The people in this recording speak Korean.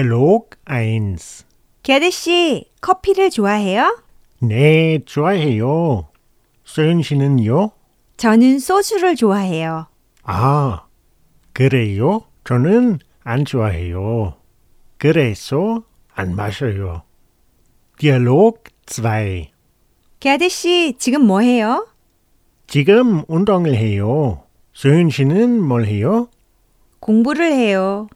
Dialog 1. 게르 씨, 커피를 좋아해요? 네, 좋아해요. 소연 씨는요? 저는 소주를 좋아해요. 아, 그래요? 저는 안 좋아해요. 그래서 안 마셔요. Dialog 2. 게르 씨, 지금 뭐 해요? 지금 운동을 해요. 소연 씨는 뭘 해요? 공부를 해요.